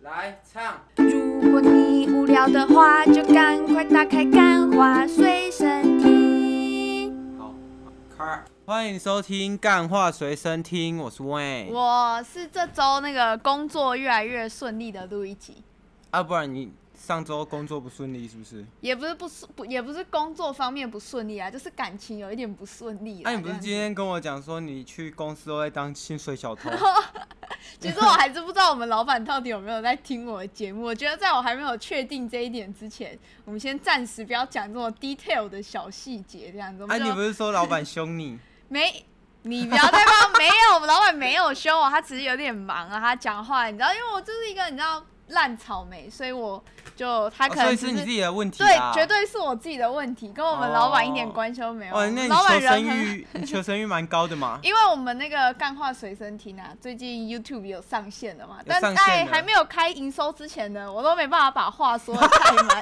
来唱，如果你无聊的话，就赶快打开《干花随身听好，开。欢迎收听《干话随身听》，我是 Wayne。我是这周那个工作越来越顺利的录一集，啊，不然你上周工作不顺利是不是？也不是不顺，不也不是工作方面不顺利啊，就是感情有一啊点不顺利啦。哎、你不是这今样天跟我讲说你去公司都在当薪水小偷？啊子 其实我还是不知道我们老板到底有没有在听我的节目。我觉得在我还没有确定这一点之前，我们先暂时不要讲这么 detail 的小细节，这样子。我哎、们就你不是说老板凶你？没，你不要再帮没有，我们老板没有凶啊我，他只是有点忙啊，他讲话你知道，因为我就是一个你知道烂草莓，所以我就他哦可所能以只是你自己的啊问题对啦。，绝。对是我自己的问题，跟我们老板一点关系都没有。啊哦，那你老板求人生很。欲，你求生欲蛮高的嘛 ？因为我们那个干话随身听啊，最近 YouTube 有上线了嘛，但上线在了还没有开营收之前呢，我都没办法把话说的太 满，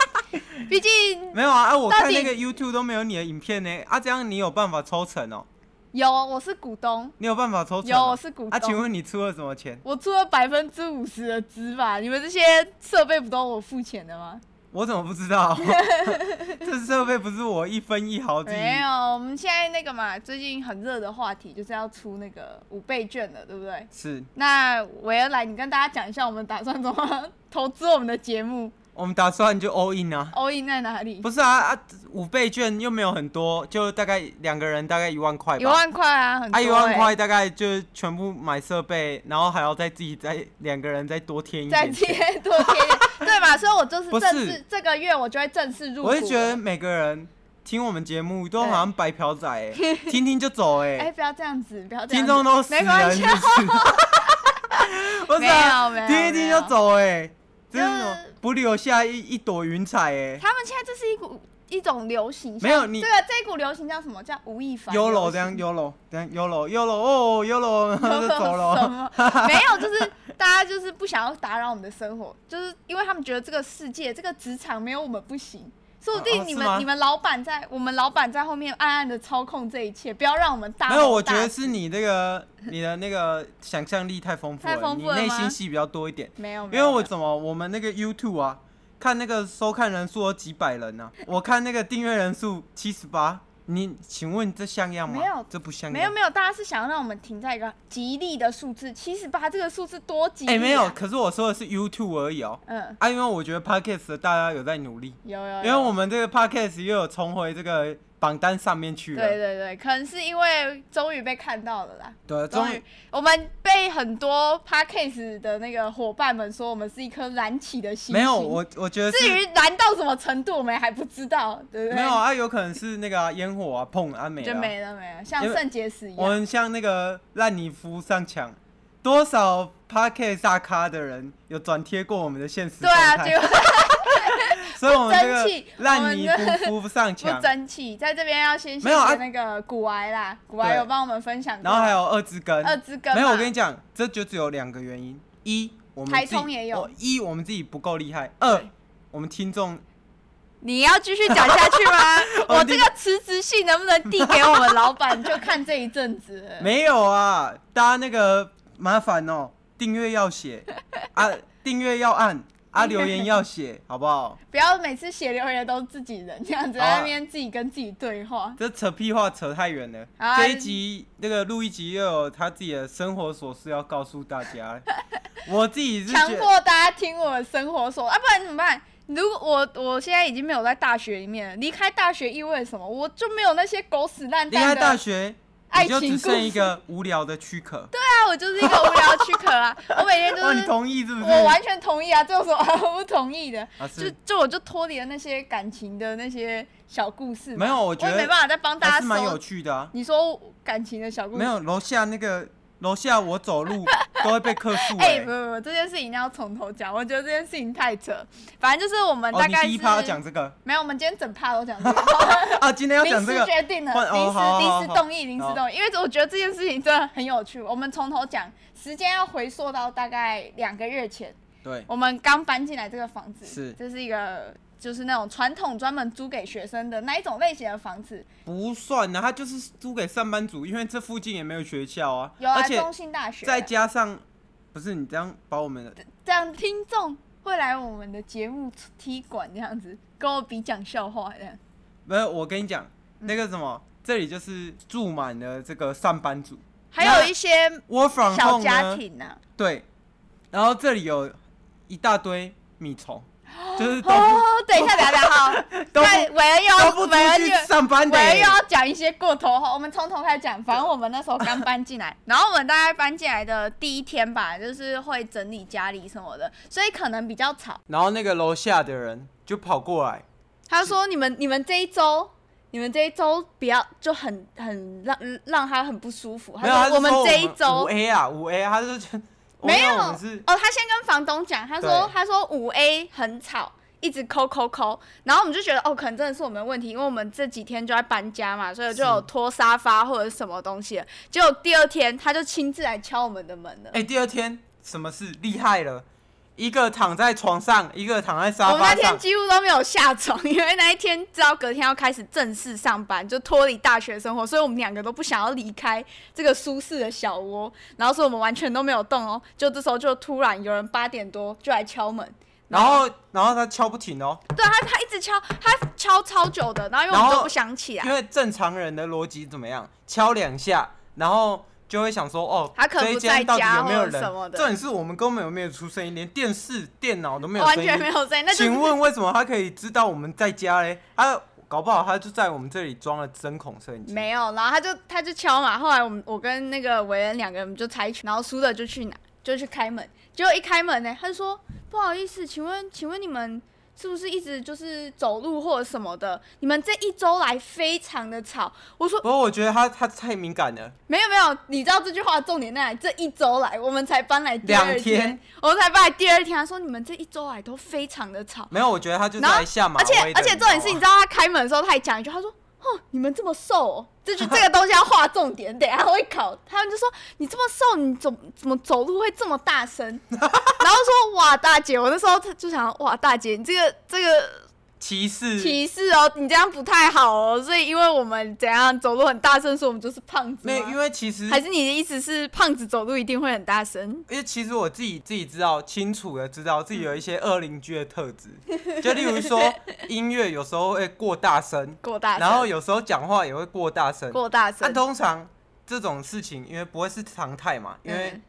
毕竟没有啊，啊，我到看底那个 YouTube 都没有你的影片呢。啊，这样你有办法抽成哦？有我是股东，你有办法抽成、有哦？我是股东。啊，请问你出了什么钱？我出了百分之五十的资吧，你们这些设备不都我付钱的吗？我怎么不知道？ 这设备不是我一分一毫之一。没有，我们现在那个嘛，最近很热的话题就是要出那个五倍券了，对不对？是那维恩来，你跟大家讲一下，我们打算怎么 投资我们的节目我们打算就 all in 啊。 ，all in 在哪里？不是啊啊，五倍券又没有很多，就大概两个人大概一万块吧。一万块啊，很多、啊，欸。一万块，大概就是全部买设备，然后还要再自己再两个人再多添一再点钱。贴多贴一点，对嘛？所以我就 是不是正式这个月我就会正式入股。我就觉得，每个人听我们节目都好像白嫖仔、欸，听听就走、欸，哎、不要这样子，不要这听样子。众都死没关人系啊是， 不是，不是啊没有没有听一听就走哎、欸，没真有的不留下一一朵云彩哎、欸，他们现在这是一股一种流行，没有像你这个这一股流行叫什么？叫吴亦凡优柔流这样行 优柔这样优柔优柔哦优柔 就走什了，么？没有，就是大家就是不想要打扰我们的生活，就是因为他们觉得这个世界、这个职场没有我们不行。说不哦定哦你是们、吗你们老板在，我们老板在后面暗暗的操控这一切，不要让我们大没有，吼我大觉得是你这个你的那个想象力太丰富太丰你富了内吗心戏比较多一点。没有，没因有为我没有怎么我们那个 YouTube 啊，看那个收看人数有几百人呢、啊？我看那个订阅人数七十八，你请问这像样吗？没有这不像样。没有没有，大家是想要让我们停在一个吉利的数字，七十八这个数字多吉利、哎、啊！没有，，可是我说的是 YouTube 而已哦。嗯，啊，因为我觉得 Podcast 的大家有在努力，有有因有，为我们这个 Podcast 又有重回这个榜单上面去了。对对对，可能是因为终于被看到了啦。对，终呃终于于，我们被很多 podcast 的那个伙伴们说，我们是一颗燃起的星星。没有我，我觉得至是于燃到什么程度，我们还不知道，对不对？没有啊，有可能是那个啊、烟火啊，砰啊没就了啊。没了没了，像因为肾结石一我样。们像那个烂泥夫上墙，多少 Parket 大咖的人有转贴过我们的现实对啊，动态结果所以我们这不争气个烂泥 我们夫夫上不墙，争气，在这边要先谢没有啊谢那个古癌啦，古癌对有帮我们分享过，然后还有二之根，二之根嘛，啊没有，我跟你讲，这就只有两个原因：一，我们台自己通也有我一我们自己不够厉害；二，我们听众？你要继续讲下去吗 我我们这第个辞职信能不能递给我们老板，就看这一阵子了。没有啊，大家那个麻烦哦，订阅要写啊，订阅要按 啊，留言要写，好不好？不要每次写留言都是自己人，这样子好啊在那边自己跟自己对话。这扯屁话扯太远了。好啊这一集那个录一集又有他自己的生活琐事要告诉大 家。我自己是强觉得，迫大家听我的生活所啊，不然怎么办？如果我我现在已经没有在大学里面了，离开大学意味着什么？我就没有那些狗屎烂离蛋开的大学，爱你就情只故剩一事个无聊的躯壳。对，啊，我就是一个无聊躯 壳啊！我每天就哦，你是同意是不是？我完全同意啊，这有什么不同意的？啊，就是就我就脱离了那些感情的那些小故事嘛，没有我我觉得也没办法再帮大还家是蛮有搜。趣的啊。你说感情的小故事没？有楼下那个楼下我走路都会被客诉 哎、哎不。不不，这件事情一定要从头讲，我觉得这件事情太扯。反正就是我们哦，大你概是、第一趴要讲这个没有，我们今天整趴都讲 这个。啊，今天要临讲这时个，决定了，换哦临时好好好临时动议，临时好动议，因为我觉得这件事情真的很有趣。我们从头讲，时间要回溯到大概两个月前，对，我们刚搬进来这个房子，是这是一个就是那种传统专门租给学生的那一种类型的房子，不算啊，他就是租给上班族，因为这附近也没有学校啊，有啊，而且中兴大学，再加上，不是你这样把我们的这样听众会来我们的节目踢馆这样子，跟我比讲笑话这样。不是，我跟你讲，嗯那个什么，这里就是住满了这个上班族还有一些，work from 小 home 家呢，庭啊呐、对，然后这里有一大堆米 虫，就是都不哦，等一下，等一下，好， 都那不伟恩又都要不伟出恩去又上班的伟恩欸又，要讲一些过头话，我们从头开始讲。反正我们那时候刚搬进来，然后我们大概搬进来的第一天吧，就是会整理家里什么的，所以可能比较吵。然后那个楼下的人就跑过来，他说：“你们你们这一周，你们这一周不要就很很让让他很不舒服。”他没有，他是说：“我们说这一周五 A 啊，五 A，他就觉得没有我们是哦，他先跟房东讲，他说对他说五 A 很吵，一直抠抠抠，然后我们就觉得哦，可能真的是我们的问题，因为我们这几天就在搬家嘛，所以就有拖沙发或者什么东西的。结果第二天他就亲自来敲我们的门了。哎、第二天什么事厉害了？一个躺在床上，一个躺在沙我们那发天上。几乎都没有下床，因为那一天知道隔天要开始正式上班，就脱离大学生活，所以我们两个都不想要离开这个舒适的小窝，然后所以我们完全都没有动哦。就这时候就突然有人八点多就来敲门，然后，然后他敲不停哦，对他，他一直敲，他敲超久的，然后因为我然们后都不想起啊来因，为正常人的逻辑怎么样？敲两下，然后就会想说，哦，他可这不一在间到底家有没有或者人？什么的重点是我们根本有没有出声音，连电视、电脑都没有 完声全没音。有声音，那就请是问为什么他可以知道我们在家嘞？他搞不好他就在我们这里装了针孔摄影机。没有。然后他就他就敲嘛，后来我们我跟那个维恩两个人就猜拳，然后输的就去拿就去开门，结果一开门呢，他就说不好意思，请问请问你们。是不是一直就是走路或者什么的？你们这一周来非常的吵。我说不过我觉得他他太敏感了，没有没有，你知道这句话的重点在哪里？这一周来，我们才搬来第二两天我们才搬来第二天，他说你们这一周来都非常的吵。没有，我觉得他就是然后来下马而威且的。啊而且重点是，你你知知道吗道他开门的时候，他还讲一句，他说：“哼，你们这么瘦、哦，这就这个东西要划重点，等一下会考。”他们就说：“你这么瘦，你怎么怎么走路会这么大声？” 然后说：“哇，大姐，我那时候就想，哇，大姐，你这个这个歧视歧视哦，你这样不太好哦。”所以因为我们怎样走路很大声，所以我们就是胖子吗。没有，因为其实还是你的意思是胖子走路一定会很大声？因为其实我自己自己知道，清楚的知道自己有一些恶邻居的特 质，就例如说音乐有时候会过大声，过大声，然后有时候讲话也会过大声。过大那、声，通常这种事情，因为不会是常态嘛，因为嗯哦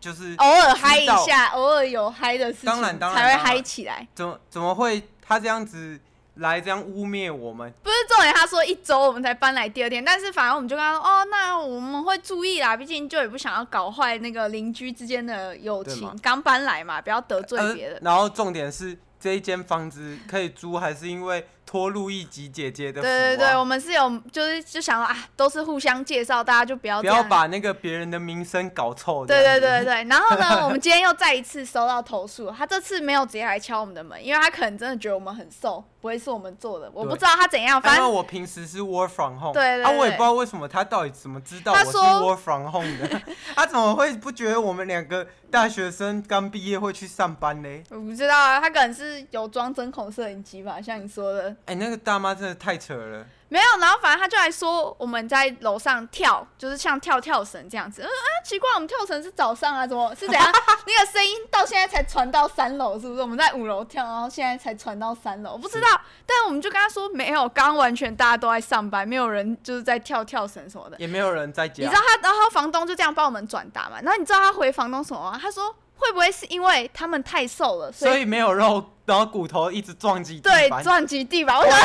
就是偶尔嗨一知道下，偶尔有嗨的事情，当然当然才会当然嗨起来。怎么怎么会他这样子来这样污蔑我们？不是重点，他说一周我们才搬来第二天，但是反正我们就跟他说，哦，那我们会注意啦，毕竟就也不想要搞坏那个邻居之间的友对情嘛，刚搬来嘛，不要得罪别呃人。然后重点是这一间房子可以租，还是因为托路易吉姐姐的、对福对对，啊我们是有就是就想说啊，都是互相介绍，大家就不要不这样要把那个别人的名声搞臭。对这样对子对对， 然后呢，我们今天又再一次收到投诉，他这次没有直接来敲我们的门，因为他可能真的觉得我们很瘦，不会是我们做的，我不对知道他怎样，反啊因为正我平时是 work from home，对对啊，我也对不知道为什么他到底怎么知道我他是说 work from home 的， 他怎么会不觉得我们两个大学生刚毕业会去上班嘞？我不知道啊，他可能是有装针孔摄影机吧，像你说的，哎、那个大妈真的太扯了，没有，然后反正他就来说我们在楼上跳，就是像跳跳绳这样子。嗯啊，奇怪，我们跳绳是早上啊，怎么是怎样？那个声音到现在才传到三楼，是不是？我们在五楼跳，然后现在才传到三楼，我不知道。但我们就跟他说没有，刚刚完全大家都在上班，没有人就是在跳跳绳什么的。也没有人在你家知道。他，然后他房东就这样帮我们转达嘛。然后你知道他回房东什么吗？他说会不会是因为他们太瘦了，所以所以没有肉，然后骨头一直撞击地对板。撞击地板？我 想，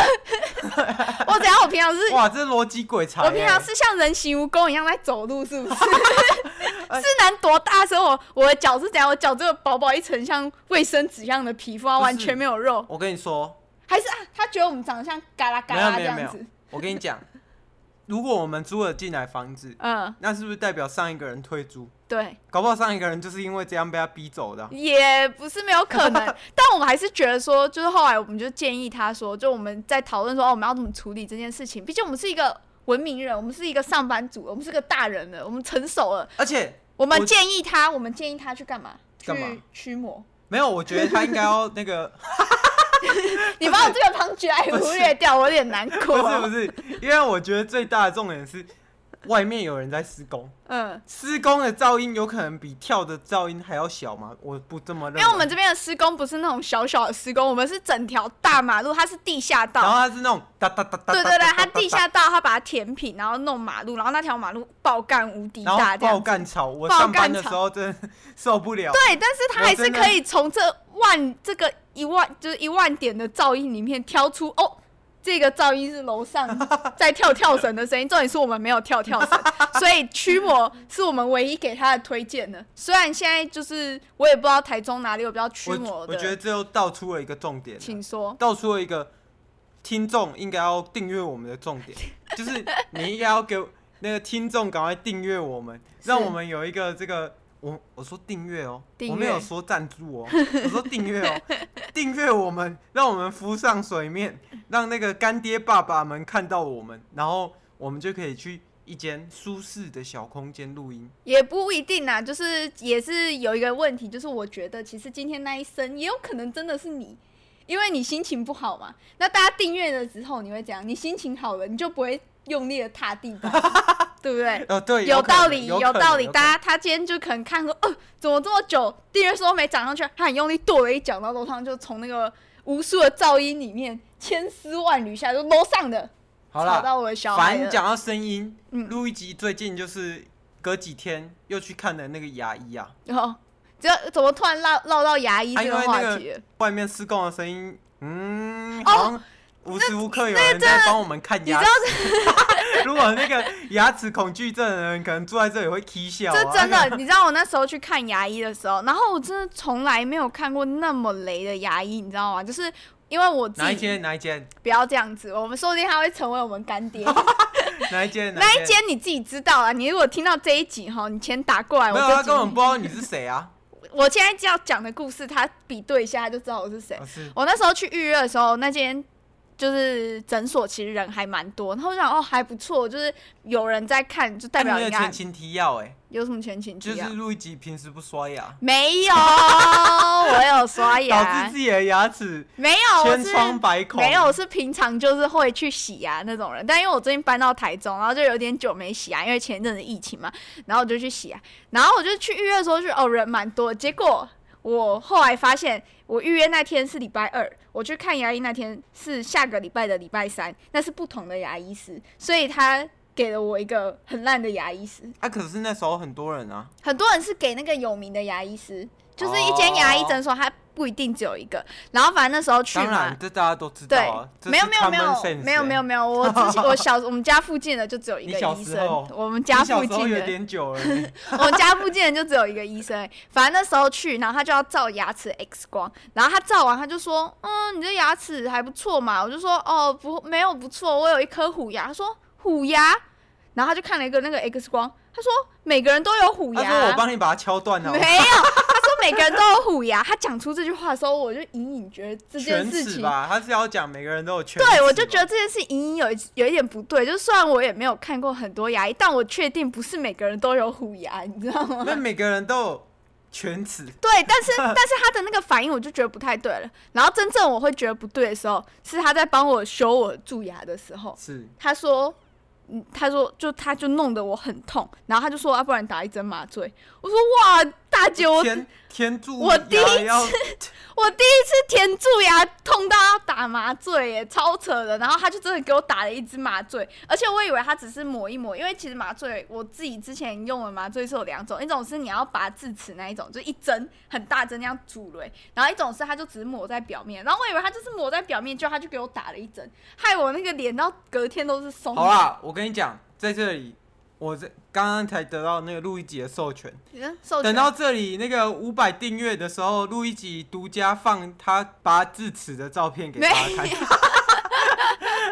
我等下我平常是哇，这逻辑鬼才、欸！我平常是像人形蜈蚣一样在走路，是不 是？哎是能多大声？我我的脚是怎样？我脚只有薄薄一层像卫生纸一样的皮肤啊，不是完全没有肉。我跟你说，还是啊，他觉得我们长得像嘎啦嘎没有啦这没有没样有子。，我跟你 讲，如果我们租了进来房子，嗯，那是不是代表上一个人退租？对，搞不好上一个人就是因为这样被他逼走的啊、也不是没有可能。 但我们还是觉得说，就是后来我们就建议他说，就我们在讨论说，哦，我们要怎么处理这件事情。毕竟我们是一个文明人，我们是一个上班族，我们是个大人了，我们成熟了。而且我们我建议他，我们建议他去干嘛？干嘛去驱魔。 没有，我觉得他应该要那个，你把我这个旁举来忽略掉，我有点难不过。是不是，因为我觉得最大的重点是，外面有人在施工，嗯，施工的噪音有可能比跳的噪音还要小吗？我不这么认因为我们这边的施工不是那种小小的施工，我们是整条大马路，它是地下然后道。它是那种哒哒哒哒，对对对，它地哒哒哒哒，下道，它把它填平，然后弄马路，然后那条马路爆干无敌然大后这样爆子。干吵，我爆上班干的时吵候真的 受不了。对，但是它我还是哦真的可以从这万这个一万就是一万点的噪音里面挑出哦，这个噪音是楼 上在跳跳绳的声音。重点是我们没有跳跳绳，所以驱魔是我们唯一给他的推荐的。虽然现在就是我也不知道台中哪里有比较驱我魔的，我觉得这又道出了一个重点了，请说。道出了一个听众应该要订阅我们的重 点，就是你应该要给我那个听众赶快订阅我们，是让我们有一个这个。我我说订阅哦，订阅我没有说赞助 哦，我说订阅哦，订阅我们，让我们浮上水面，让那个干爹爸爸们看到我们，然后我们就可以去一间舒适的小空间录音。也不一定啦，就是也是有一个问题，就是我觉得其实今天那一声也有可能真的是你，因为你心情不好嘛。那大家订阅了之后，你会怎样？你心情好了，你就不会用力的踏地 板，对不对？呃，对，有有道理，有道理。大家家他今天就可能看说，呃，怎么这么久？订阅数都没涨上去，他很用力跺了一脚，然后楼上就从那个无数的噪音里面千丝万缕下来，就楼上的好吵了，到我的小孩反正了。讲到声音，嗯录一集最近就是隔几天又去看的那个牙医啊，然后，哦这怎么突然绕绕到牙医啊这个因为话那个题了？外面施工的声音，嗯，哦好像无时无刻有人在帮我们看你知牙道齿。 如果那个牙齿恐惧症的人可能坐在这里会啼笑、啊。这 真的，你知道我那时候去看牙医的时候，然后我真的从来没有看过那么雷的牙医，你知道吗？就是因为我自哪一己间？哪一间？不要这样子，我们说不定他会成为我们干 爹。哪一间？那一？间你自己知道啊，你如果听到这一集哈，你钱打过来，我没有，他就根本给你。不知道你是谁啊！我现在要讲的故事，他比 对一下他就知道我是谁啊。是我那时候去预约的时候，那间就是诊所，其实人还蛮多。然后我想，哦，还不错，就是有人在看，就代表那你人的家前情提要、哎，有什么前情啊就提是要。录一集平时不刷牙，没 有，我有刷导牙致自，己的牙齿没有，我千是疮百孔。没啊哦有，我是平常就是会去洗牙那种人。但因为我最近搬到台中，然后就有点久没洗啊牙，因为前一阵子疫情嘛，然后我就去洗牙，啊然后我就去预约的时候去，哦，人蛮多，结果。我后来发现，我预约那天是礼拜二，我去看牙医那天是下个礼拜的礼拜三，那是不同的牙医师，所以他给了我一个很烂的牙医师。啊，可是那时候很多人啊，很多人是给那个有名的牙医师，就是一间牙医诊所，它不一定只有一个。然后反正那时候去当然嘛，这大家都知道对啊。，这没有是没有没 common sense，有没有哎没有没有，我之 前我小我们家附近的就只有一个你小医时候生，我们你家小附时候近有的，点久了呢， 我们家附近的就只有一个医生而已。反正那时候去，然后他就要照牙齿 X 光，然后他照完他就说，嗯，你这牙齿还不错嘛。我就说，哦，不没有不错，我有一颗虎牙。他说虎牙，然后他就看了一个那个 X 光，他说每个人都有虎他牙。啊说我帮你把它敲断了哦没， 有，他说每个人都有虎牙。他讲出这句话的时候，我就隐隐觉得这件犬事齿情，吧，他是要讲每个人都有犬齿吧。对我就觉得这件事隐隐有一有一点不对。就是虽然我也没有看过很多牙医，但我确定不是每个人都有虎牙，你知 道吗？那每个人都有犬齿，对，但是但是他的那个反应我就觉得不太对了。然后真正我会觉得不对的时候，是他在帮我修我蛀牙的时候，是他说。嗯，他说就他就弄得我很痛，然后他就说啊，不然打一针麻醉。我说哇，大姐，我天天柱我第一牙要我第一次填蛀牙痛到要打麻醉耶，超扯的。然后他就真的给我打了一支麻醉，而且我以为他只是抹一抹，因为其实麻醉我自己之前用的麻醉是有两种，一种是你要拔智齿那一种，就一针很大针那样阻雷，然后一种是他就只是抹在表面，然后我以为他就是抹在表面，就他就给我打了一针，害我那个脸到隔天都是松的。好啦，我跟你讲，在这里。我这刚刚才得到那个录一集的授权，你看，受等权到这里那个五百订阅的时候，录一集独家放他拔智齿的照片给没大有家看。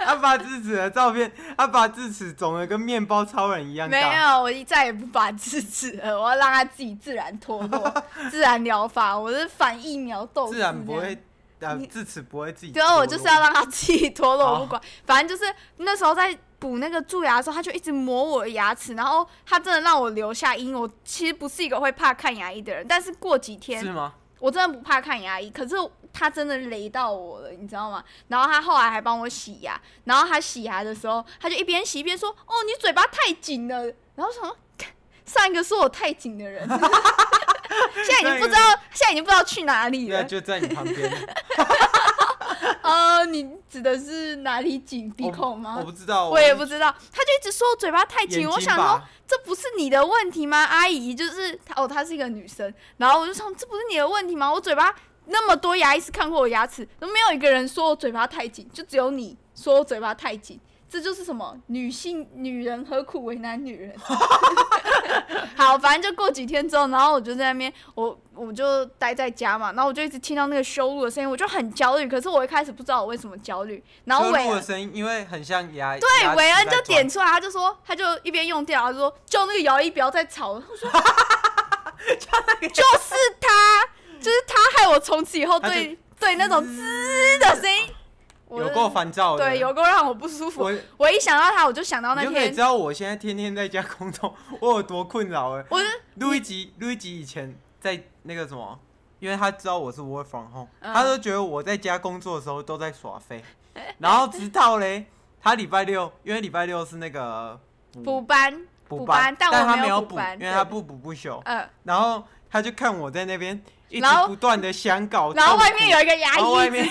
他拔智齿的照片，他拔智齿肿的跟面包超人一样大。没有，我再也不拔智齿了，我要让它自己自然脱落，自然疗法，我是反疫苗斗士，自然不会，呃，你智齿不会自己脱对落。啊，我就是要让它自 己脱落，好我不管。反正就是那时候在补那个蛀牙的时候，他就一直磨我的牙齿，然后他真的让我留下阴影。我其实不是一个会怕看牙医的人，但是过几 天是吗？我真的不怕看牙医，可是他真的雷到我了，你知道吗？然后他后来还帮我洗牙，然后他洗牙的时候，他就一边洗一边说：“哦，你嘴巴太紧了。”然后我想说，干上一个说我太紧的人， 现在已经不知道，现在已经不知道去哪里对啊，了。就在你旁 边。呃，你指的是哪里紧？鼻我孔吗？我不知道，哦我也不知道，他就一直说我嘴巴太眼紧，我睛想说吧，这不是你的问题吗？阿姨，就是她哦，她是一个女生，然后我就想这不是你的问题吗？我嘴巴那么多牙医师看过我牙齿，都没有一个人说我嘴巴太紧，就只有你说我嘴巴太紧。这就是什么女性女人何苦为难女人？ 好，反正就过几天之后，然后我就在那边，我我就待在家嘛，然后我就一直听到那个修路的声音，我就很焦虑。可是我一开始不知道我为什么焦虑，然后车伟路的声音，因为很像牙。对，牙齿韦恩在就转点出来，他就说，他就一边用电脑，他就说叫那个姚一不要再吵了。我 说，就是他，就是他害我从此以后他就嗯对对那种滋的声音，我有的够烦躁的。对，有够让我不舒服。我，我一想到他，我就想到那你就可以天知，道我现在天天在家工作，我有多困扰了。我就录一集，录一集以前在那个什么，因为他知道我是 work from home，、嗯他都觉得我在家工作的时候都在耍废，然后直到嘞，他礼拜六，因为礼拜六是那个补班，补补班班，但我他没没有有补补，班因为对他不补不休，呃，然后他就看我在那边一直然后不断的想搞，然后外面有，有一个牙然后哦医外一直面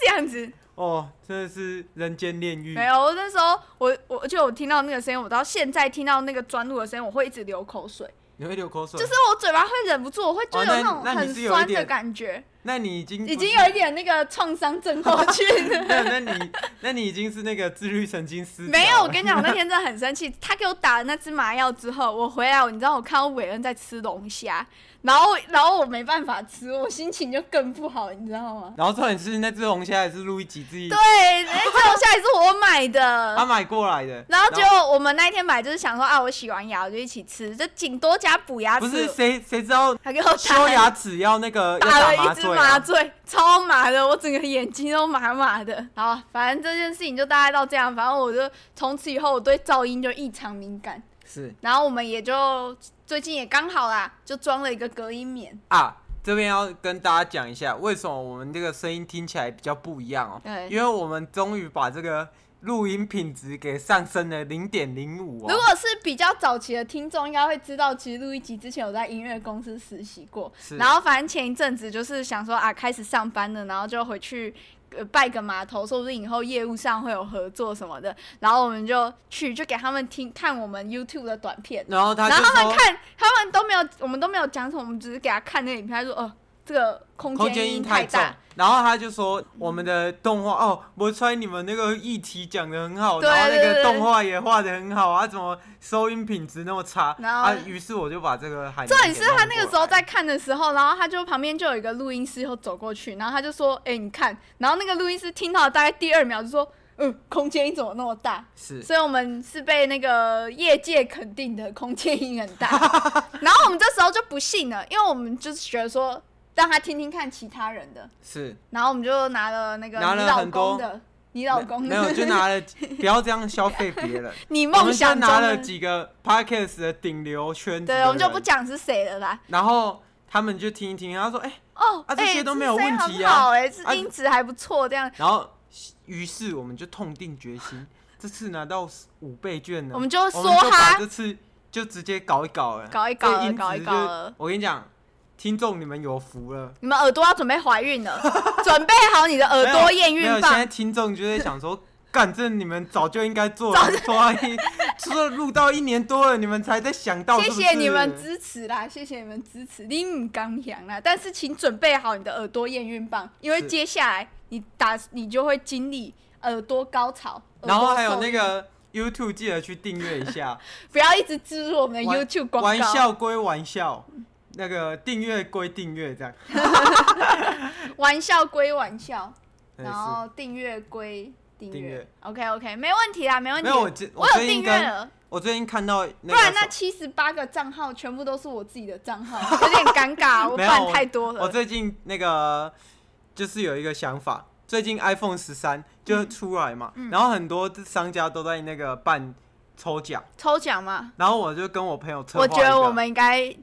这样子，哦，真的是人间炼狱没，有，我那时候我我而且我听到那个声音，我到现在听到那个钻入的声音，我会一直流口水。你会流口水，就是我嘴巴会忍不住，我会就哦有那种那你很是有一酸的点感觉，那你已经不已经是有一点那个创伤症候群 了。那那 你那你已经是那个自律神经失调没有，我了跟你讲，我那天真的很生气。他给我打了那只麻药之后，我回来，我你知道我看到韦恩在吃龙虾，然后然后我没办法吃，我心情就更不好，你知道吗？然后重点是那只龙虾也是路易吉自己对，啊那只龙虾也是我买的他。买过来的，然后结果我们那一天买就是想说啊，我洗完牙我就一起吃，就顶多加补牙不是齿。谁谁知道他给我打修牙齿要那个 要打了一麻支醉麻啊，醉，超麻的，我整个眼睛都麻麻的。好，反正这件事情就大概到这样。反正我就从此以后，我对噪音就异常敏感。是然后我们也就最近也刚好啦，就装了一个隔音棉。啊。这边要跟大家讲一下，为什么我们这个声音听起来比较不一样哦？对因为我们终于把这个录音品质给上升了零点零五如哦。果是比较早期的听众，应该会知道，其实录一集之前有在音乐公司实习过。是然后反正前一阵子就是想说啊，开始上班了，然后就回去。呃，拜个码头，说不定以后业务上会有合作什么的，然后我们就去，就给他们听看我们 YouTube 的短片，然后他就然后他说们看，他们都没有，我们都没有讲什么，我们只是给他看那个影片，他说：“哦、这个空空间音音太重大。，然后他就说我们的动画哦，我穿你们那个议题讲的很好，对然后那对个对动画也画的很好啊，怎么收音品质那么差？然后啊，于是我就把这个海”绵重点给是他弄那个过时候来在看的时候，然后他就旁边就有一个录音师又走过去，然后他就说：“哎、你看。”然后那个录音师听到大概第二秒就说：“嗯，空间音怎么那么大？”是所以我们是被那个业界肯定的空间音很 大。然后我们这时候就不信了，因为我们就是觉得说让他听听看其他人的， 是然后我们就拿了那个拿了你老很多公的，你老公的没有就 拿了，不要这样消费别人。你我们 梦就想中拿了的，几个 podcast 的顶流圈子的对，人，我们就不讲是谁了啦。然后他们就听一听，他说哎、哦，啊这些哎都没有问题啊这声音很好哎，这啊音质还不错，这样然后于是我们就痛定决心，这次拿到五倍券呢，我们就我哦说们就把哈这，次就直接搞一搞了，搞一搞了这音质搞一搞了就我跟你讲，听众你们有福了，你们耳朵要准备怀孕 了，准备好你的耳朵验没有，孕现在棒。听众就在想 说，干这你们早就应该做了， 做到一，说录到一年多了，你们才在想到，谢是不谢是你们支持啦，谢谢你们支持，你唔刚强啦，但是请准备好你的耳朵验孕棒，因为是接下来你打你就会经历耳朵高潮，耳然后朵还有受那孕个 YouTube 记得去订阅一下，不要一直植入我们的玩 YouTube 广告，玩笑归玩笑，那个订阅归订阅，这样。玩笑归玩笑，嗯然后订阅归订订阅阅，OK OK，没问题啦，没问是题。没有我最我有最订近阅跟了，我最近看到那不然那个七十八个账号全部都是我自己的账号，有点尴尬，我没有办我太多我了。最近那个就是有一个想法，最近 iPhone 十三就嗯出来嘛，然后很多商家都在那个办抽奖，抽奖嘛，然后我就跟我朋友策划我一个，觉得我们应该，你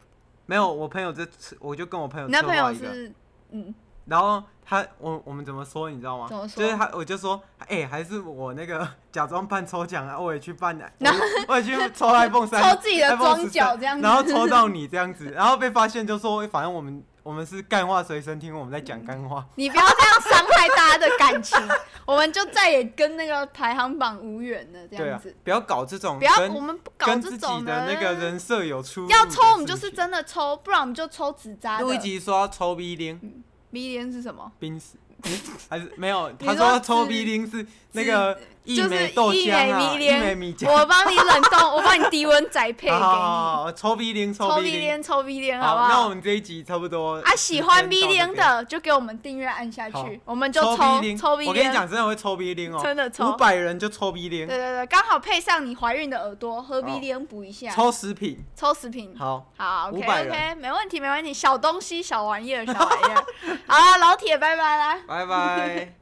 没有，我朋友这次我就跟我朋友那策朋划友一个，是嗯，然后他我我们怎么说你知道吗？怎么就是说他我就说，哎、还是我那个假装办抽奖啊，我也去办啊，我也我也去抽 iPhone 三，抽自己的 iPhone 装脚这样子然后抽到你这样子，然后被发现就说，哎反正我们我们是干话随身听，我们在讲干话。你不要这样伤害大家的感情，我们就再也跟那个排行榜无缘了，这对样啊子。，不要搞这种不要，我跟们不搞跟这自种己的那个人设有出入的要抽我们事就是情真的抽，不然我们就抽纸扎的。录一集说要抽 B 零迷恋是什么？ 冰 死，还是没有？你他说要抽自 B 零是那个一就是枚豆一浆枚啊，迷一恋枚米浆。我帮你冷冻，我帮你低温宅配给好好好你。好抽 B 零，抽 B V 零。恋，抽 V 恋，好不那我好？们这一集差不多啊，喜欢 V 恋零，的就给我们订阅按下好去，我们就抽抽 B 零，抽 V 我跟你恋，讲，真的会抽 B 零哦，真的抽五百人就抽 B 对零，对对，刚好配上你怀孕的耳朵，喝 V 好恋补一下，抽食品，抽食品。好，好，OK 500 OK，没 问题没问题，小东西小玩意儿小玩意儿。好啦，老铁，拜拜啦。 拜拜。